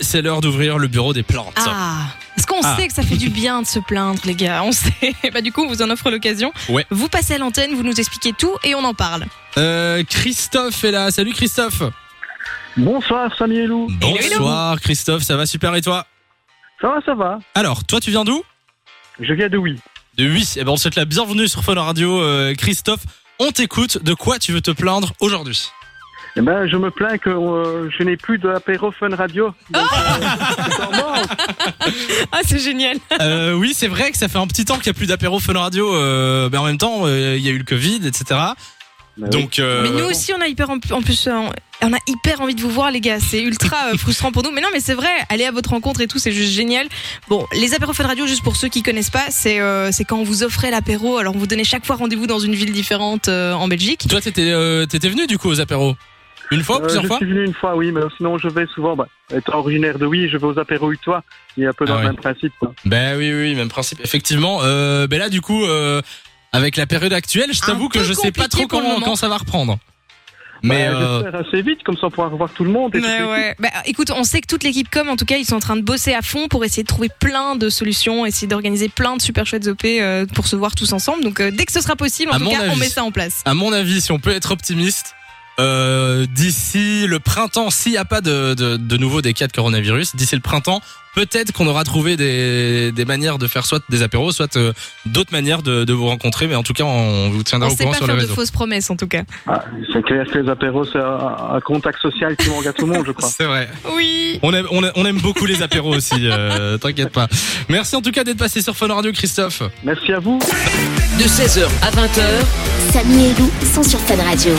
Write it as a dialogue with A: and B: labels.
A: C'est l'heure d'ouvrir le bureau des plantes.
B: Ah Parce qu'on
A: Ah.
B: sait que ça fait du bien de se plaindre, les gars. On sait. Bah, du coup, on vous en offre l'occasion.
A: Ouais.
B: Vous passez à l'antenne, vous nous expliquez tout et on en parle.
A: Euh, Christophe est là. Salut Christophe.
C: Bonsoir Samy et Lou.
B: Hello, hello.
A: Bonsoir Christophe, ça va super et toi
C: Ça va, ça va.
A: Alors, toi tu viens d'où
C: Je viens de oui.
A: De 8. Eh ben on te souhaite la bienvenue sur Fun Radio euh, Christophe. On t'écoute, de quoi tu veux te plaindre aujourd'hui
C: Eh ben, je me plains que euh, je n'ai plus d'apéro Fun Radio. Donc, euh, c'est normal.
B: Ah, c'est génial.
A: Euh, Oui, c'est vrai que ça fait un petit temps qu'il n'y a plus d'apéro Fun Radio, euh, mais en même temps, euh, il y a eu le Covid, etc.
C: Bah oui.
A: Donc, euh,
B: mais nous aussi, on a hyper en, en plus. euh, on a hyper envie de vous voir, les gars. C'est ultra euh, frustrant pour nous. Mais non, mais c'est vrai. Aller à votre rencontre et tout, c'est juste génial. Bon, les apéros Fun Radio, juste pour ceux qui connaissent pas, c'est euh, c'est quand on vous offrait l'apéro. Alors, on vous donnait chaque fois rendez-vous dans une ville différente euh, en Belgique.
A: toi t'étais euh, t'étais venu du coup aux apéros Une fois,
C: Euh,
A: plusieurs
C: je
A: fois
C: suis venu une fois, oui, mais sinon je vais souvent. Bah, étant originaire de oui, je vais aux apéros Utois, qui est un peu dans
A: Ah
C: le
A: ouais.
C: même principe. quoi.
A: Ben oui, oui, même principe. Effectivement. Euh, ben là, du coup, euh, avec la période actuelle, je
B: Un
A: t'avoue que
B: peu
A: je sais pas trop
B: compliqué pour le
A: quand,
B: moment.
A: quand ça va reprendre. Mais
C: Bah,
A: euh,
C: j'espère assez vite, comme ça on pourra revoir tout le monde. Et
B: Mais
C: tout.
B: ouais. Bah, écoute, on sait que toute l'équipe com, en tout cas, ils sont en train de bosser à fond pour essayer de trouver plein de solutions, essayer d'organiser plein de super chouettes OP euh, pour se voir tous ensemble. Donc euh, dès que ce sera possible, en
A: À
B: tout
A: mon
B: cas, on
A: avis.
B: met ça en place.
A: à mon avis, si on peut être optimiste, euh, d'ici le printemps, s'il n'y a pas de, de, de nouveau des cas de coronavirus, d'ici le printemps, peut-être qu'on aura trouvé des, des manières de faire soit des apéros, soit euh, d'autres manières de, de vous rencontrer. Mais en tout cas, on vous tiendra
B: On
A: au
B: sait
A: courant
B: pas
A: sur le
B: faire de
A: réseau.
B: fausses promesses, en tout cas.
C: Ah, c'est clair que les apéros, c'est un, un contact social qui manque à tout le monde, je crois.
A: C'est vrai.
B: Oui.
A: On aime, on aime- on aime beaucoup les apéros aussi, euh, t'inquiète pas. Merci en tout cas d'être passé sur Fun Radio, Christophe.
C: Merci à vous.
D: de 16h à 20h.
E: Samy et Lou sont sur Fun Radio.